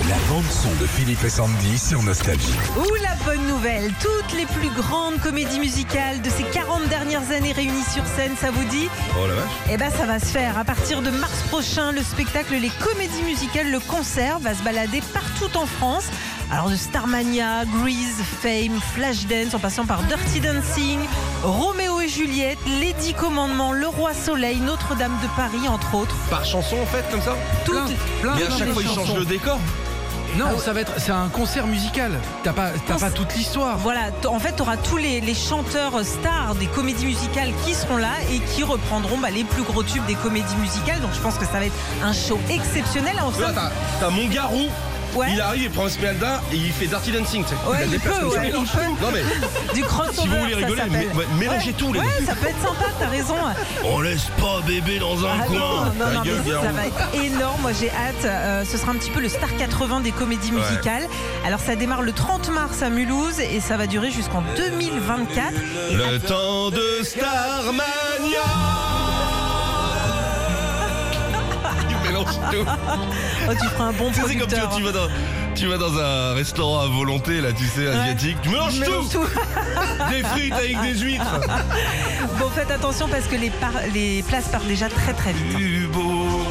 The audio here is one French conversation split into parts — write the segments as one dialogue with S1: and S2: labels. S1: La bande son de Philippe et Sandy sur Nostalgie.
S2: Ouh la bonne nouvelle Toutes les plus grandes comédies musicales de ces 40 dernières années réunies sur scène, ça vous dit
S1: Oh la vache.
S2: Eh ben ça va se faire. À partir de mars prochain, le spectacle Les Comédies Musicales, le concert, va se balader partout en France. Alors de Starmania, Grease, Fame, Flashdance, en passant par Dirty Dancing, Roméo et Juliette, Les Dix Commandements, Le Roi Soleil, Notre-Dame de Paris, entre autres.
S3: Par chanson en fait, comme ça
S2: Toutes...
S3: Mais à chaque
S4: des
S3: fois ils
S4: chansons.
S3: changent le décor
S4: Non, ça va être, c'est un concert musical. T'as pas, t'as
S2: Non,
S4: pas
S2: c'est-
S4: toute l'histoire.
S2: Voilà, t- en fait, tu auras tous les, les chanteurs stars des comédies musicales qui seront là et qui reprendront bah, les plus gros tubes des comédies musicales. Donc, je pense que ça va être un show exceptionnel.
S3: Là
S2: Enfin,
S3: t'as, t'as mon gars roux
S2: Ouais.
S3: Il arrive, il prend un spelda et il fait Dirty Dancing tu sais.
S2: Ouais,
S3: a
S2: il
S3: des
S2: peut,
S3: personnes-
S2: ouais, il peut.
S3: Non mais
S2: du crossover.
S3: si vous voulez
S2: ça
S3: rigoler,
S2: s'appelle.
S3: mais- mais- mélangez
S2: Ouais,
S3: tout les
S2: Ouais, ça peut être sympa, t'as raison.
S3: On laisse pas bébé dans un
S2: Ah non,
S3: coin
S2: non,
S3: Ta
S2: non,
S3: gueule,
S2: mais
S3: gars
S2: ça
S3: roux.
S2: va être énorme. Moi, j'ai hâte. Euh, ce sera un petit peu le Star 80 des comédies
S3: Ouais.
S2: musicales. Alors, ça démarre le 30 mars à Mulhouse et ça va durer jusqu'en 2024. Et
S3: Le temps de Starmania Il mélange tout
S2: oh, tu feras un bon
S3: Tu sais, C'est comme tu,
S2: producteur.
S3: tu vas dans, tu vas dans un restaurant à volonté là tu sais asiatique Tu mélanges
S2: Mélange
S3: tout
S2: tout.
S3: Des frites avec des huîtres
S2: Bon, faites attention parce que les, par- les places partent déjà très très vite.
S3: plus beau.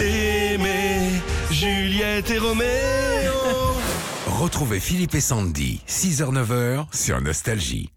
S3: Aimer Juliette et Roméo.
S1: Retrouvez Philippe et Sandy, 6h-9h sur Nostalgie.